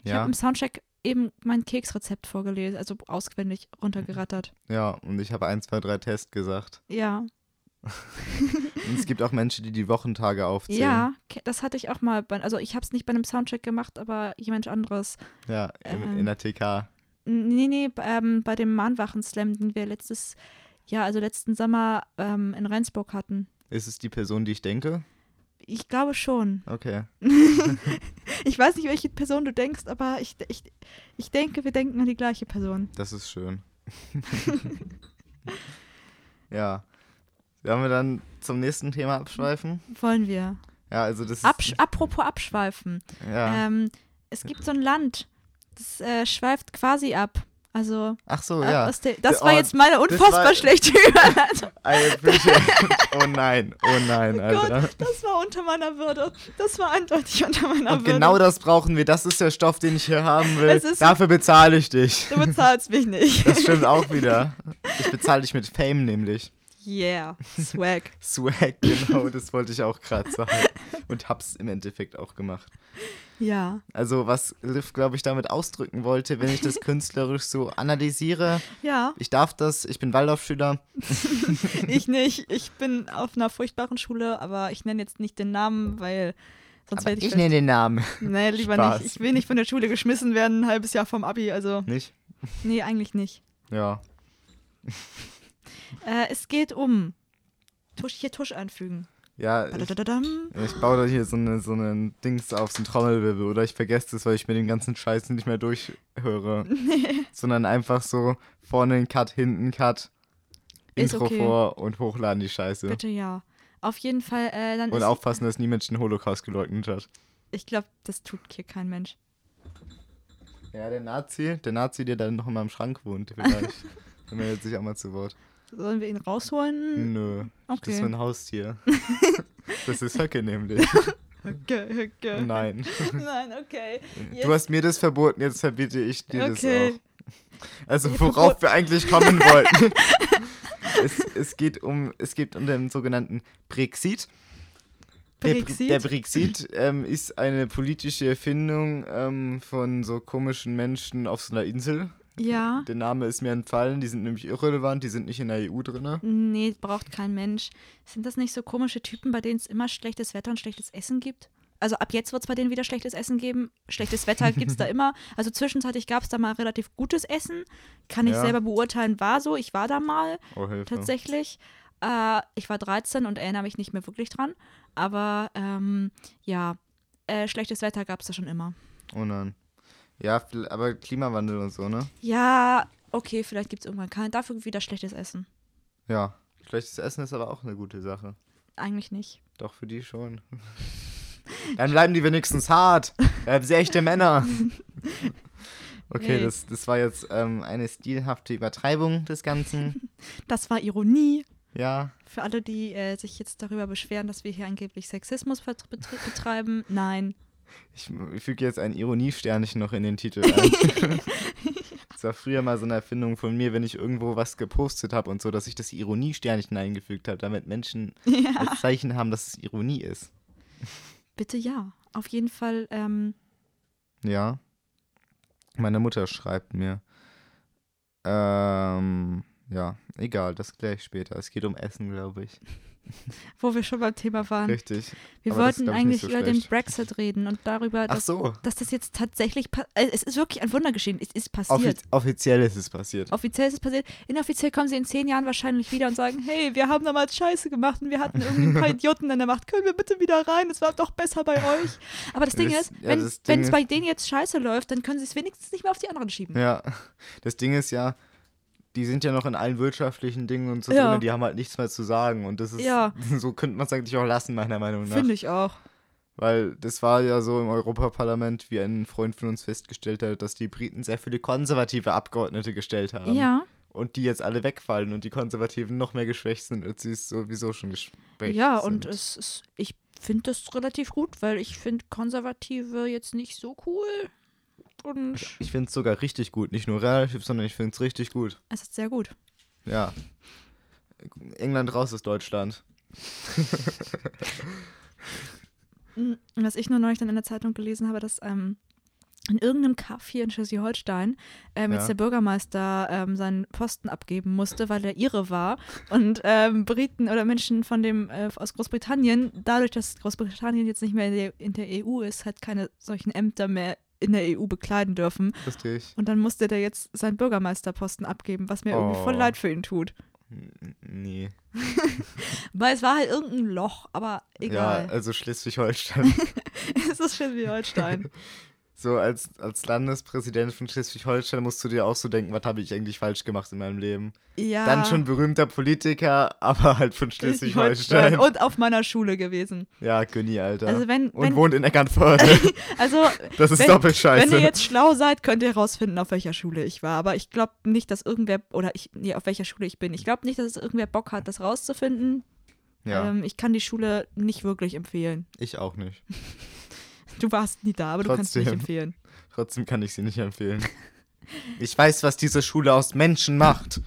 Ich
ja,
habe im Soundcheck eben mein Keksrezept vorgelesen, also auswendig runtergerattert.
ja, und ich habe 1, 2, 3 Test gesagt.
Ja.
Und es gibt auch Menschen, die die Wochentage aufzählen.
Ja, Ke- das hatte ich auch mal. Bei, also ich habe es nicht bei einem Soundcheck gemacht, aber jemand anderes.
Ja, in,
Ähm.
in der TK.
Nee, nee, b- ähm, bei dem Mahnwachen-Slam, den wir letztes Jahr, also letzten Sommer ähm, in Rendsburg hatten.
Ist es die Person, die ich denke?
Ich glaube schon.
Okay.
Ich weiß nicht, welche Person du denkst, aber ich, ich, ich denke, wir denken an die gleiche Person.
Das ist schön. ja. Sollen wir dann zum nächsten Thema abschweifen?
Wollen wir.
Ja, also das ist.
Absch apropos abschweifen.
ja.
Ähm, es gibt so ein Land, Das äh, schweift quasi ab. Also,
Ach so,
ab
ja.
aus der, das
Oh,
war jetzt meine
war-
unfassbar schlechte Überleitung.
I appreciate. oh nein, oh nein, Alter.
Gott, das war unter meiner Würde. Das war eindeutig unter meiner
Und
Würde.
genau das brauchen wir. Das ist der Stoff, den ich hier haben will.
Es ist-
Dafür bezahle ich dich.
Du bezahlst mich nicht.
Das stimmt auch wieder. Ich bezahle dich mit Fame nämlich.
Yeah, swag.
Swag, genau, das wollte ich auch gerade sagen. Und hab's im Endeffekt auch gemacht.
Ja.
Also, was Liv, glaube ich, damit ausdrücken wollte, wenn ich das künstlerisch so analysiere,
Ja,
ich darf das, ich bin Waldorfschüler.
ich nicht. Ich bin auf einer furchtbaren Schule, aber ich nenne jetzt nicht den Namen, weil sonst
Aber
werde ich.
ich nenne den Namen.
nee, lieber
Spaß.
nicht. Ich will nicht von der Schule geschmissen werden, ein halbes Jahr vom Abi. Also,
Nicht?
nee, eigentlich nicht.
Ja.
Äh, es geht um. Tusch, hier Tusch einfügen.
Ja, ich,
Badadadadam.
ich baue da hier so einen so eine Dings auf, so einen Trommelwirbel. Oder ich vergesse es, weil ich mir den ganzen Scheiß nicht mehr durchhöre. Sondern einfach so vorne ein Cut, hinten ein Cut,
Ist
Intro
okay.
vor und hochladen die Scheiße.
Bitte ja. Auf jeden Fall, äh, dann
Und
ist.
aufpassen, dass niemand den Holocaust geleugnet hat.
Ich glaube, das tut hier kein Mensch.
Ja, der Nazi, der Nazi, der dann noch in meinem Schrank wohnt, vielleicht. der meldet sich auch mal zu Wort.
Sollen wir ihn rausholen?
Nö. Das ist
Okay.
mein Haustier. das ist Höcke nämlich.
Okay, okay.
Hm. Nein.
Nein, okay. Jetzt-
Du hast mir das verboten, jetzt verbiete ich dir
Okay.
das auch. Also
Ihr
worauf
Verbot-
wir eigentlich kommen wollten. es, es geht um es geht um den sogenannten Brexit. Der Br-
Brexit?
Der Brexit ähm, ist eine politische Erfindung ähm, von so komischen Menschen auf so einer Insel.
Ja.
Der Name ist mir entfallen, die sind nämlich irrelevant, die sind nicht in der E EU drin.
Nee, braucht kein Mensch. Sind das nicht so komische Typen, bei denen es immer schlechtes Wetter und schlechtes Essen gibt? Also ab jetzt wird es bei denen wieder schlechtes Essen geben. Schlechtes Wetter gibt es da immer. Also zwischenzeitlich gab es da mal relativ gutes Essen. Kann ich
Ja.
selber beurteilen, war so. Ich war da mal
Oh, Hilfe.
tatsächlich. Äh, ich war 13 und erinnere mich nicht mehr wirklich dran. Aber ähm, ja, äh, schlechtes Wetter gab es da schon immer.
Oh nein. Ja, viel- aber Klimawandel und so, ne?
Ja, okay, vielleicht gibt es irgendwann kein. Dafür wieder schlechtes Essen.
Ja. Schlechtes Essen ist aber auch eine gute Sache.
Eigentlich nicht.
Doch, für die schon. Dann bleiben die wenigstens hart. Bleiben sie echte Männer. Okay,
Nee.
das, das war jetzt ähm, eine stilhafte Übertreibung des Ganzen.
Das war Ironie.
Ja.
Für alle, die äh, sich jetzt darüber beschweren, dass wir hier angeblich Sexismus bet- bet- betreiben, nein.
Ich m- füge jetzt ein Ironiesternchen noch in den Titel ein. das war früher mal so eine Erfindung von mir, wenn ich irgendwo was gepostet habe und so, dass ich das Ironiesternchen eingefügt habe, damit Menschen als Zeichen haben, dass es Ironie ist.
Bitte ja. Auf jeden Fall, ähm,
Ja. Meine Mutter schreibt mir. Ähm, ja, egal, das kläre ich später. Es geht um Essen, glaube ich.
wo wir schon beim Thema waren.
Richtig.
wir
aber das ist,
wollten
glaub ich, nicht
eigentlich
so
über den
schlecht.
Brexit reden und darüber,
Ach
dass,
so.
dass das jetzt tatsächlich pa- äh, Es ist wirklich ein Wunder geschehen. Es ist passiert.
Offiz offiziell ist es passiert.
Offiziell ist es passiert. Inoffiziell kommen sie in zehn Jahren wahrscheinlich wieder und sagen, hey, wir haben damals Scheiße gemacht und wir hatten irgendwie ein paar Idioten an der Macht. Können wir bitte wieder rein? Es war doch besser bei euch. Aber das Ding
Das-
ist,
ja,
wenn
das Ding
wenn es
ist-
bei denen jetzt Scheiße läuft, dann können sie es wenigstens nicht mehr auf die anderen schieben.
Ja. Das Ding ist ja, die sind ja noch in allen wirtschaftlichen Dingen und so
Ja.
drin, die haben halt nichts mehr zu sagen. Und das ist,
Ja.
so könnte man es eigentlich auch lassen, meiner Meinung nach.
Finde ich auch.
Weil das war ja so im Europaparlament, wie ein Freund von uns festgestellt hat, dass die Briten sehr viele konservative Abgeordnete gestellt haben.
Ja,
und die jetzt alle wegfallen und die Konservativen noch mehr geschwächt sind, als sie es sowieso schon geschwächt
ja,
sind.
und es ist, ich finde das relativ gut, weil ich finde Konservative jetzt nicht so cool. Und
ich finde es sogar richtig gut, nicht nur relativ, sondern ich finde es richtig gut.
es ist sehr gut.
Ja. England raus ist Deutschland.
Mm, Was ich nur neulich dann in der Zeitung gelesen habe, dass ähm, in irgendeinem Kaff hier in Schleswig-Holstein ähm,
Ja.
jetzt der Bürgermeister ähm, seinen Posten abgeben musste, weil er Ire war und ähm, Briten oder Menschen von dem äh, aus Großbritannien, dadurch, dass Großbritannien jetzt nicht mehr in der, in der EU ist, halt keine solchen Ämter mehr in der EU bekleiden dürfen.
Richtig.
Und dann musste der jetzt seinen Bürgermeisterposten abgeben, was mir irgendwie voll
Oh.
leid für ihn tut.
N- Nee.
Weil es war halt irgendein Loch, aber
Ja,
egal.
also Schleswig-Holstein.
es ist Schleswig-Holstein.
so als, als Landespräsident von Schleswig-Holstein musst du dir auch so denken, was habe ich eigentlich falsch gemacht in meinem Leben?
Ja.
Dann schon berühmter Politiker, aber halt von Schleswig-Holstein.
Und auf meiner Schule gewesen.
Ja, Günni, Alter.
Also wenn-
Und
wenn-
wohnt in Eckernförde.
Also,
Das ist
wenn,
doppelt scheiße.
wenn ihr jetzt schlau seid, könnt ihr herausfinden, auf welcher Schule ich war. Aber ich glaube nicht, dass irgendwer, oder ich, nee, auf welcher Schule ich bin. Ich glaube nicht, dass es irgendwer Bock hat, das rauszufinden.
ja,
Ähm, ich kann die Schule nicht wirklich empfehlen.
ich auch nicht.
Du warst nie da, aber du kannst sie nicht
Trotzdem.
empfehlen.
Trotzdem kann ich sie nicht empfehlen. Ich weiß, was diese Schule aus Menschen macht.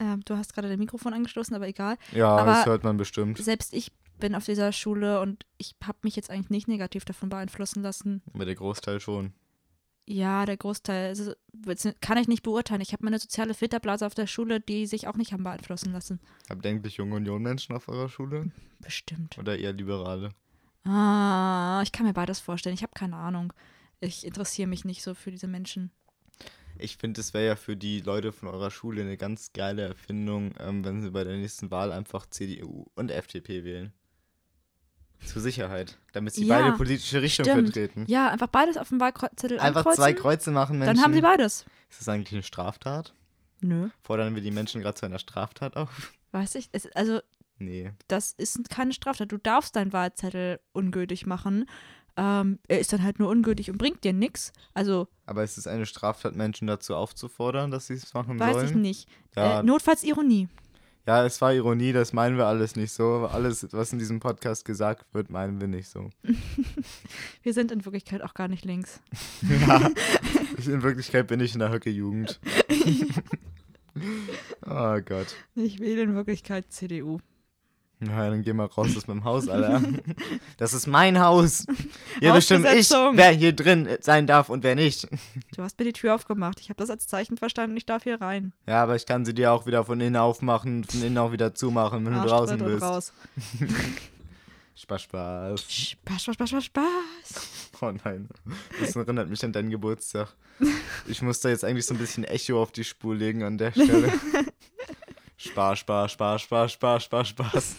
Ähm, du hast gerade dein Mikrofon angeschlossen, aber egal.
Ja,
Aber-
das hört man bestimmt.
Selbst ich bin auf dieser Schule und ich habe mich jetzt eigentlich nicht negativ davon beeinflussen lassen.
Aber der Großteil schon.
Ja, der Großteil. Also, bezieh- kann ich nicht beurteilen. Ich habe meine soziale Filterblase auf der Schule, die sich auch nicht haben beeinflussen lassen.
Habt ihr eigentlich junge Union-Menschen auf eurer Schule?
Bestimmt.
Oder eher Liberale?
Ah, ich kann mir beides vorstellen. Ich habe keine Ahnung. Ich interessiere mich nicht so für diese Menschen.
Ich finde, es wäre ja für die Leute von eurer Schule eine ganz geile Erfindung, ähm, wenn sie bei der nächsten Wahl einfach CDU und FDP wählen. Zur Sicherheit. Damit sie
Ja,
beide politische Richtung
Stimmt.
vertreten.
Ja, einfach beides auf dem Wahlzettel
Hm. Einfach
ankreuzen,
zwei Kreuze machen, Menschen.
Dann haben sie beides.
Ist das eigentlich eine Straftat?
Nö,
Fordern wir die Menschen gerade zu einer Straftat auf?
weiß ich. Es, also,
Nee.
das ist keine Straftat. Du darfst deinen Wahlzettel ungültig machen. Ähm, er ist dann halt nur ungültig und bringt dir nichts. Also,
Aber es ist eine Straftat, Menschen dazu aufzufordern, dass sie es machen
weiß
sollen.
ich nicht.
Ja.
Äh, notfalls Ironie.
Ja, es war Ironie, das meinen wir alles nicht so. aber Alles, was in diesem Podcast gesagt wird, meinen wir nicht so.
Wir sind in Wirklichkeit auch gar nicht links.
Ja, ich, in Wirklichkeit bin ich in der Höcke-Jugend. oh Gott.
Ich wähle in Wirklichkeit CDU.
Na, dann geh mal raus aus meinem Haus, Alter. Das ist mein Haus. Hier bestimme ich,
Hausbesetzung.
wer hier drin sein darf und wer nicht.
Du hast mir die Tür aufgemacht. Ich habe das als Zeichen verstanden. Ich darf hier rein.
Ja, aber ich kann sie dir auch wieder von innen aufmachen, von innen auch wieder zumachen, wenn du
Arsch
draußen
dritt und
bist.
raus.
Spaß, Spaß.
Spaß, Spaß, Spaß, Spaß, Spaß.
Oh nein. Das erinnert mich an deinen Geburtstag. Ich muss da jetzt eigentlich so ein bisschen Echo auf die Spur legen an der Stelle. Spaß, Spaß, Spaß, Spaß, Spaß, Spaß, Spaß.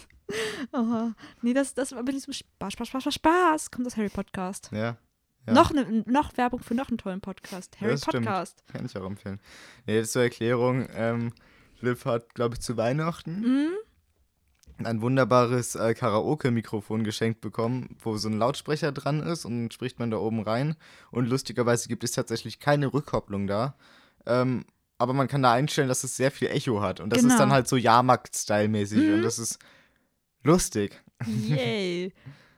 Aha. Nee, das, das war mit diesem Spaß, Spaß, Spaß, Spaß, Spaß. Kommt das Harry Podcast.
Ja. Ja.
Noch, ne, noch Werbung für noch einen tollen Podcast. Harry
das stimmt.
Podcast.
Kann ich auch empfehlen. Nee, jetzt zur Erklärung. Ähm, Liv hat, glaube ich, zu Weihnachten
Mhm.
ein wunderbares äh, Karaoke-Mikrofon geschenkt bekommen, wo so ein Lautsprecher dran ist und dann spricht man da oben rein. Und lustigerweise gibt es tatsächlich keine Rückkopplung da. Ähm, aber man kann da einstellen, dass es sehr viel Echo hat. Und das
Genau.
ist dann halt so Jahrmarkt-Style-mäßig. Und das ist lustig.
Yay.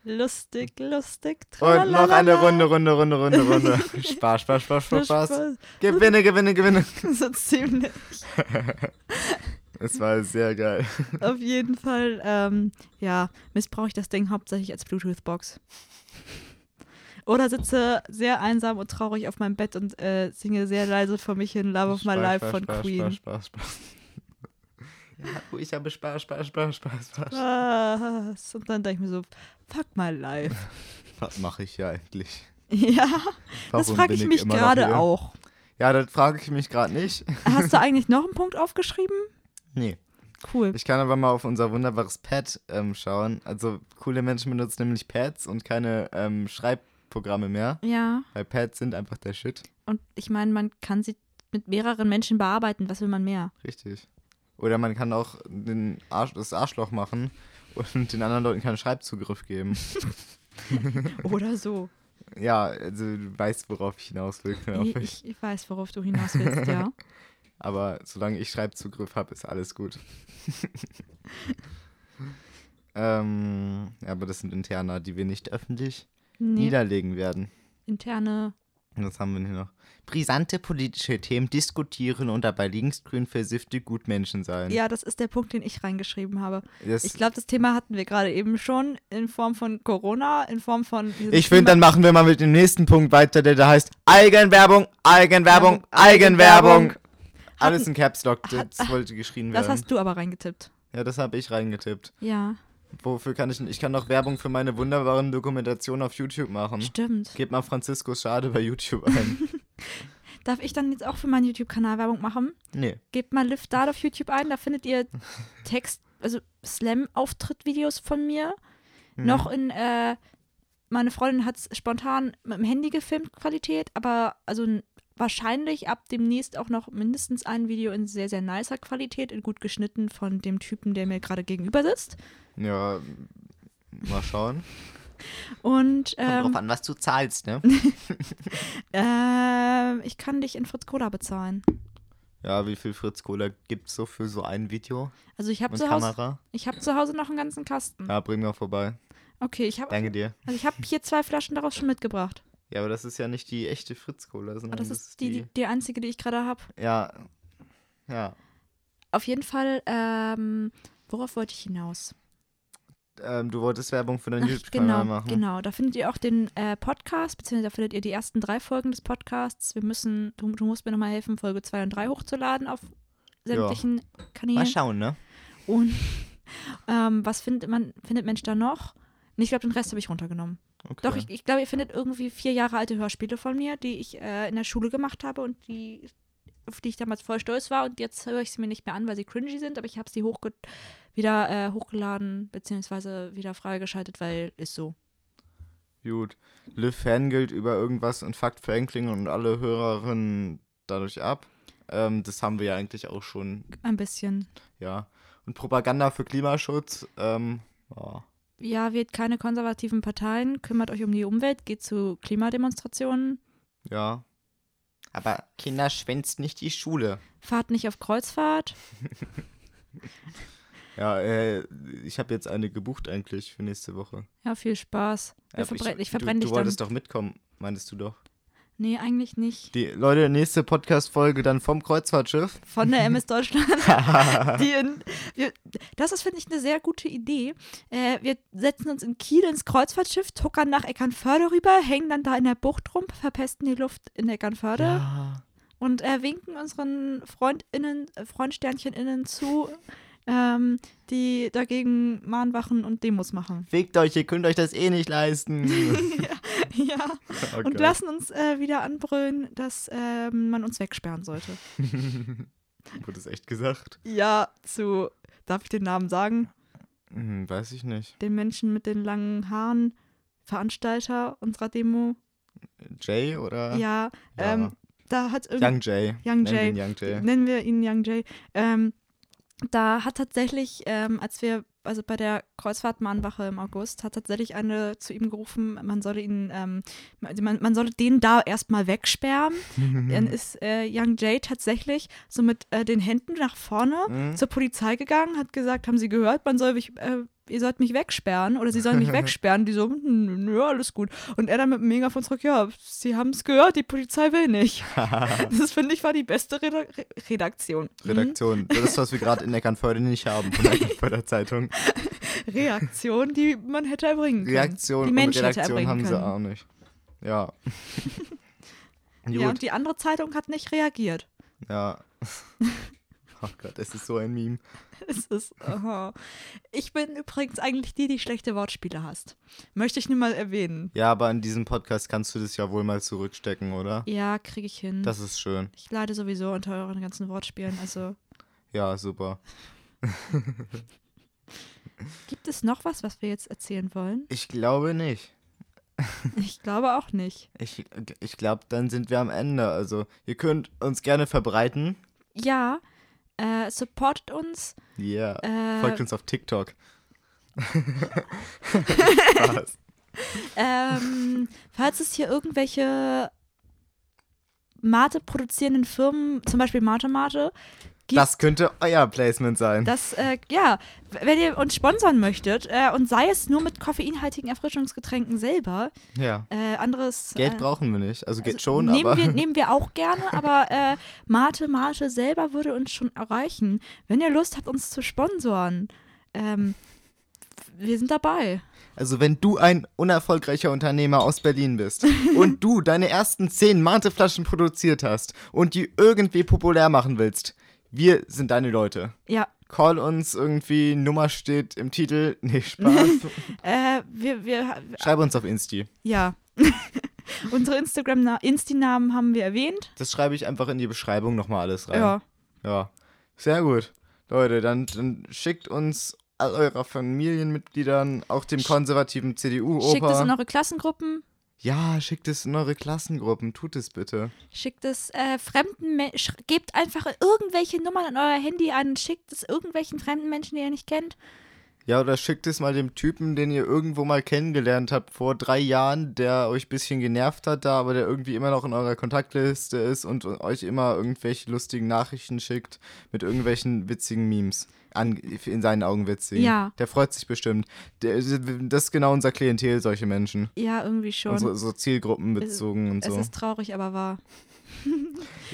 Lustig, lustig.
Und noch eine
tralalala.
Runde, Runde, Runde, Runde, Runde. Spaß, Spaß, Spaß, Spaß, Spaß. Gewinne, gewinne, gewinne.
So ziemlich.
Es war sehr geil.
Auf jeden Fall, ähm, ja, missbrauche ich das Ding hauptsächlich als Bluetooth-Box. Oder sitze sehr einsam und traurig auf meinem Bett und äh, singe sehr leise vor mich hin Love of My
Spaß,
Life
Spaß,
von
Spaß,
Queen.
Spaß, Spaß, Spaß. Ja, oh, ich habe Spaß, Spaß, Spaß, Spaß, Spaß.
Was? Und dann denke ich mir so, fuck my life.
Was mache ich hier eigentlich?
Ja,
Warum
das frage
bin
ich mich
immer noch
gerade
hier?
auch.
Ja, das frage ich mich gerade nicht.
Hast du eigentlich noch einen Punkt aufgeschrieben?
Nee.
Cool.
Ich kann aber mal auf unser wunderbares Pad ähm, schauen. Also, coole Menschen benutzen nämlich Pads und keine ähm, Schreibprogramme mehr.
Ja,
Weil Pads sind einfach der Shit.
und ich meine, man kann sie mit mehreren Menschen bearbeiten. Was will man mehr?
Richtig. Oder man kann auch den Arsch, das Arschloch machen und den anderen Leuten keinen Schreibzugriff geben.
Oder so.
ja, also du weißt, worauf ich hinaus will,
Ich,
glaube ich.
ich, ich weiß, worauf du hinaus willst, ja.
Aber solange ich Schreibzugriff habe, ist alles gut. ähm, ja, aber das sind Interna, die wir nicht öffentlich
Nee,
niederlegen werden.
interne
Und was haben wir denn hier noch? Brisante politische Themen diskutieren und dabei linksgrün versiffte Gutmenschen sein.
Ja, das ist der Punkt, den ich reingeschrieben habe.
Das,
Ich
ich
glaube, das Thema hatten wir gerade eben schon in Form von Corona, in Form von. diesem
finde, dann machen wir mal mit dem nächsten Punkt weiter, der da heißt Eigenwerbung, Eigenwerbung, Eigenwerbung. Alles in Caps Lock,
hat-
das wollte geschrien
Ah, Das
werden.
hast du aber reingetippt.
Ja, das habe ich reingetippt.
Ja,
Wofür kann ich denn? Ich kann noch Werbung für meine wunderbaren Dokumentationen auf YouTube machen.
stimmt.
Gebt mal Francisco Schade bei YouTube ein.
Darf ich dann jetzt auch für meinen YouTube-Kanal Werbung machen?
nee.
Gebt mal Lift Dart auf YouTube ein, da findet ihr
Mhm.
Text, also Slam-Auftritt-Videos von mir. Noch in äh, meine Freundin hat es spontan mit dem Handy gefilmt, Qualität, aber also n- wahrscheinlich ab demnächst auch noch mindestens ein Video in sehr, sehr nicer Qualität, in gut geschnitten von dem Typen, der mir gerade gegenüber sitzt.
Ja, mal schauen.
Und
Kommt
ähm,
drauf an, was du zahlst, ne?
ähm, ich kann dich in Fritz Cola bezahlen.
Ja, wie viel Fritz Cola gibt's so für so ein Video
Also ich habe
und
zu, Hause-
Kamera?
ich hab zu Hause noch einen ganzen Kasten.
Ja, bring mal vorbei.
Okay, ich habe
Danke dir.
also ich hab hier zwei Flaschen daraus schon mitgebracht.
Ja, aber das ist ja nicht die echte Fritz Cola, sondern
Aber Ah, das ist die, die, die einzige, die ich gerade habe.
Ja. Ja.
Auf jeden Fall, ähm, worauf wollte ich hinaus?
Ähm, du wolltest Werbung für deinen
Ach,
YouTube-Kanal
genau,
machen.
genau. Da findet ihr auch den äh, Podcast, beziehungsweise da findet ihr die ersten drei Folgen des Podcasts. Wir müssen, du, du musst mir nochmal helfen, Folge 2 und 3 hochzuladen auf sämtlichen
Mal
Kanälen.
schauen, ne?
Und ähm, was findet man, findet Mensch da noch? Und ich glaube, den Rest habe ich runtergenommen.
Okay.
Doch, ich, ich glaube, ihr findet irgendwie vier Jahre alte Hörspiele von mir, die ich äh, in der Schule gemacht habe und die, auf die ich damals voll stolz war. Und jetzt höre ich sie mir nicht mehr an, weil sie cringy sind, aber ich habe sie hochge wieder äh, hochgeladen, beziehungsweise wieder freigeschaltet, weil ist so.
Gut. Liv fangelt über irgendwas und fuckt Franklin und alle Hörerinnen dadurch ab. Ähm, das haben wir ja eigentlich auch schon,
Ein bisschen.
ja. Und Propaganda für Klimaschutz, ähm, ja.
Ja, wählt keine konservativen Parteien, kümmert euch um die Umwelt, geht zu Klimademonstrationen,
ja.
Aber Kinder schwänzt nicht die Schule.
fahrt nicht auf Kreuzfahrt.
Ja, äh, ich habe jetzt eine gebucht eigentlich für nächste Woche.
Ja, viel Spaß. Wir
Äh,
verbrennen- ich
du, du
verbrenne dich dann.
wolltest doch mitkommen, meintest du doch.
Nee, eigentlich nicht.
Die Leute, nächste Podcast-Folge dann vom Kreuzfahrtschiff.
Von der MS Deutschland. die in, wir, das ist, finde ich, eine sehr gute Idee. Äh, wir setzen uns in Kiel ins Kreuzfahrtschiff, tuckern nach Eckernförde rüber, hängen dann da in der Bucht rum, verpesten die Luft in Eckernförde
Ja.
und äh, winken unseren FreundInnen, äh, FreundsternchenInnen zu, ähm, die dagegen Mahnwachen und Demos machen.
Fickt euch, ihr könnt euch das eh nicht leisten.
ja.
okay.
Und lassen uns äh, wieder anbrüllen, dass ähm, man uns wegsperren sollte.
Wurde es echt gesagt?
Ja, zu, darf ich den Namen sagen?
Hm, weiß ich nicht.
den Menschen mit den langen Haaren, Veranstalter unserer Demo.
Jay oder?
Ja, ähm, da hat irgendwie,
Young Jay. Nenn
Young Jay. Ne?
ihn Young Jay.
nennen wir ihn Young Jay, ähm, da hat tatsächlich, ähm, als wir, also bei der Kreuzfahrtmahnwache im August, hat tatsächlich eine zu ihm gerufen, man solle ihn, ähm, also man, man solle den da erstmal wegsperren. Dann ist äh, Young Jay tatsächlich so mit äh, den Händen nach vorne
Mhm.
zur Polizei gegangen, hat gesagt, haben sie gehört, man soll mich, äh, ihr sollt mich wegsperren oder sie sollen mich wegsperren. Die so, hm, ja, alles gut. Und er dann mit dem Megafon zurück, ja, sie haben es gehört, die Polizei will nicht. das finde ich war die beste Reda Re- Redaktion. Mhm.
Redaktion. Das ist, was wir gerade in Eckernförde nicht haben von der Eckernförder Zeitung.
Reaktion, die man hätte erbringen können.
Reaktion
die
und
Menschen hätte
Redaktion
erbringen
haben sie
können.
auch nicht. Ja.
Ja,
Gut,
und die andere Zeitung hat nicht reagiert.
ja. Oh Gott, es ist so ein Meme.
Es ist, aha. Ich bin übrigens eigentlich die, die schlechte Wortspiele hasst. Möchte ich nur mal erwähnen.
Ja, aber in diesem Podcast kannst du das ja wohl mal zurückstecken, oder?
Ja, kriege ich hin.
Das ist schön.
ich leide sowieso unter euren ganzen Wortspielen, also
Ja, super.
Gibt es noch was, was wir jetzt erzählen wollen?
Ich glaube nicht.
Ich glaube auch nicht.
Ich, ich glaube, dann sind wir am Ende. Also, ihr könnt uns gerne verbreiten.
Ja, äh, supportet uns.
Ja. Yeah.
Äh,
Folgt uns auf TikTok.
ähm, falls es hier irgendwelche Mate produzierenden Firmen, zum Beispiel Mate Mate, gibt,
Das könnte euer Placement sein.
das, äh, ja, w- wenn ihr uns sponsern möchtet äh, und sei es nur mit koffeinhaltigen Erfrischungsgetränken selber,
ja.
äh, anderes
Geld
äh,
brauchen wir nicht. Also, geht
Also
schon,
nehmen
aber.
Wir, nehmen wir auch gerne, aber äh, Mate Mate selber würde uns schon erreichen. Wenn ihr Lust habt, uns zu sponsoren, ähm, wir sind dabei.
Also, wenn du ein unerfolgreicher Unternehmer aus Berlin bist und du deine ersten zehn Mateflaschen produziert hast und die irgendwie populär machen willst, wir sind deine Leute.
Ja,
Call uns irgendwie, Nummer steht im Titel. Nee, Spaß.
äh, wir, wir,
Schreib uns auf Insti.
ja. Unsere Instagram-Insti-Namen haben wir erwähnt.
Das schreibe ich einfach in die Beschreibung nochmal alles rein.
Ja.
Ja, sehr gut. Leute, dann, dann schickt uns all eurer Familienmitgliedern, auch dem
Sch-
konservativen CDU-Opa.
Schickt es in eure Klassengruppen,
Ja, schickt es in eure Klassengruppen, tut es bitte.
schickt es äh, fremden Menschen, gebt einfach irgendwelche Nummern an euer Handy an, schickt es irgendwelchen fremden Menschen, die ihr nicht kennt.
Ja, oder schickt es mal dem Typen, den ihr irgendwo mal kennengelernt habt vor drei Jahren, der euch ein bisschen genervt hat da, aber der irgendwie immer noch in eurer Kontaktliste ist und euch immer irgendwelche lustigen Nachrichten schickt mit irgendwelchen witzigen Memes. An, in seinen Augen witzigen.
Ja.
Der freut sich bestimmt. Der, das ist genau unser Klientel, solche Menschen.
Ja, irgendwie schon.
Und so, so zielgruppenbezogen und
es
so.
ist traurig, aber wahr.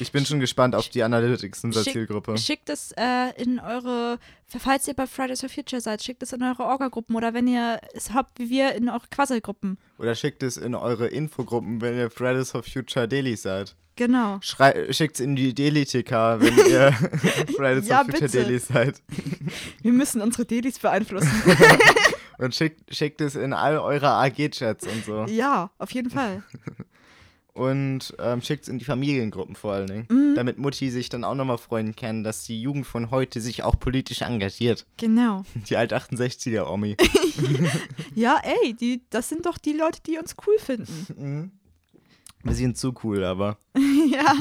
Ich bin schon gespannt auf die Analytics unserer
Schick-
Zielgruppe.
Schickt es äh, in eure, falls ihr bei Fridays for Future seid, schickt es in eure Orga-Gruppen oder wenn ihr es habt wie wir, in eure Quasselgruppen.
Oder schickt es in eure Infogruppen, wenn ihr Fridays for Future Daily seid.
Genau.
Schrei schickt's in die Daily-TK, wenn ihr Fridays
Ja,
for Future
bitte.
Daily seid.
Wir müssen unsere Delis beeinflussen.
Und schickt, schickt es in all eure AG-Chats und so.
ja, auf jeden Fall.
Und ähm, schickt's in die Familiengruppen vor allen Dingen.
Mhm.
Damit Mutti sich dann auch nochmal freuen kann, dass die Jugend von heute sich auch politisch engagiert.
Genau.
Die Alt-68er-Omi.
Ja, ey, die, das sind doch die Leute, die uns cool finden.
Wir sind zu cool, aber.
ja.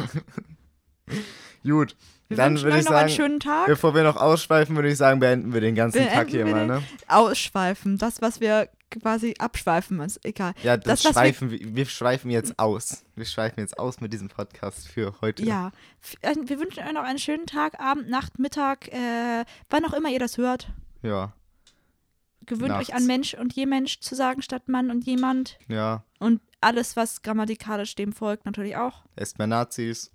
Gut.
Wir
dann
wünschen
würde
euch
ich
noch
sagen,
einen schönen Tag.
bevor wir noch ausschweifen, würde ich sagen, beenden wir den ganzen
Beenden
Kack hier
wir
mal,
den-
ne?
Ausschweifen. Das, was wir quasi abschweifen, ist egal.
Ja, das,
was wir
schweifen wir, wir schweifen jetzt aus. Wir schweifen jetzt aus mit diesem Podcast für heute.
Ja, F- äh, wir wünschen euch noch einen schönen Tag, Abend, Nacht, Mittag, äh, wann auch immer ihr das hört.
Ja,
Gewöhnt
Nachts.
euch an Mensch und je Mensch zu sagen statt Mann und jemand.
ja.
Und alles, was grammatikalisch dem folgt, natürlich auch.
Esst mehr Nazis.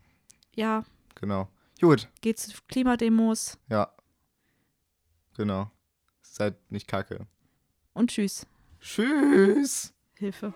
Ja,
Genau. Gut.
geht zu Klimademos
Ja. Genau. Seid nicht kacke.
und tschüss.
Tschüss.
Hilfe.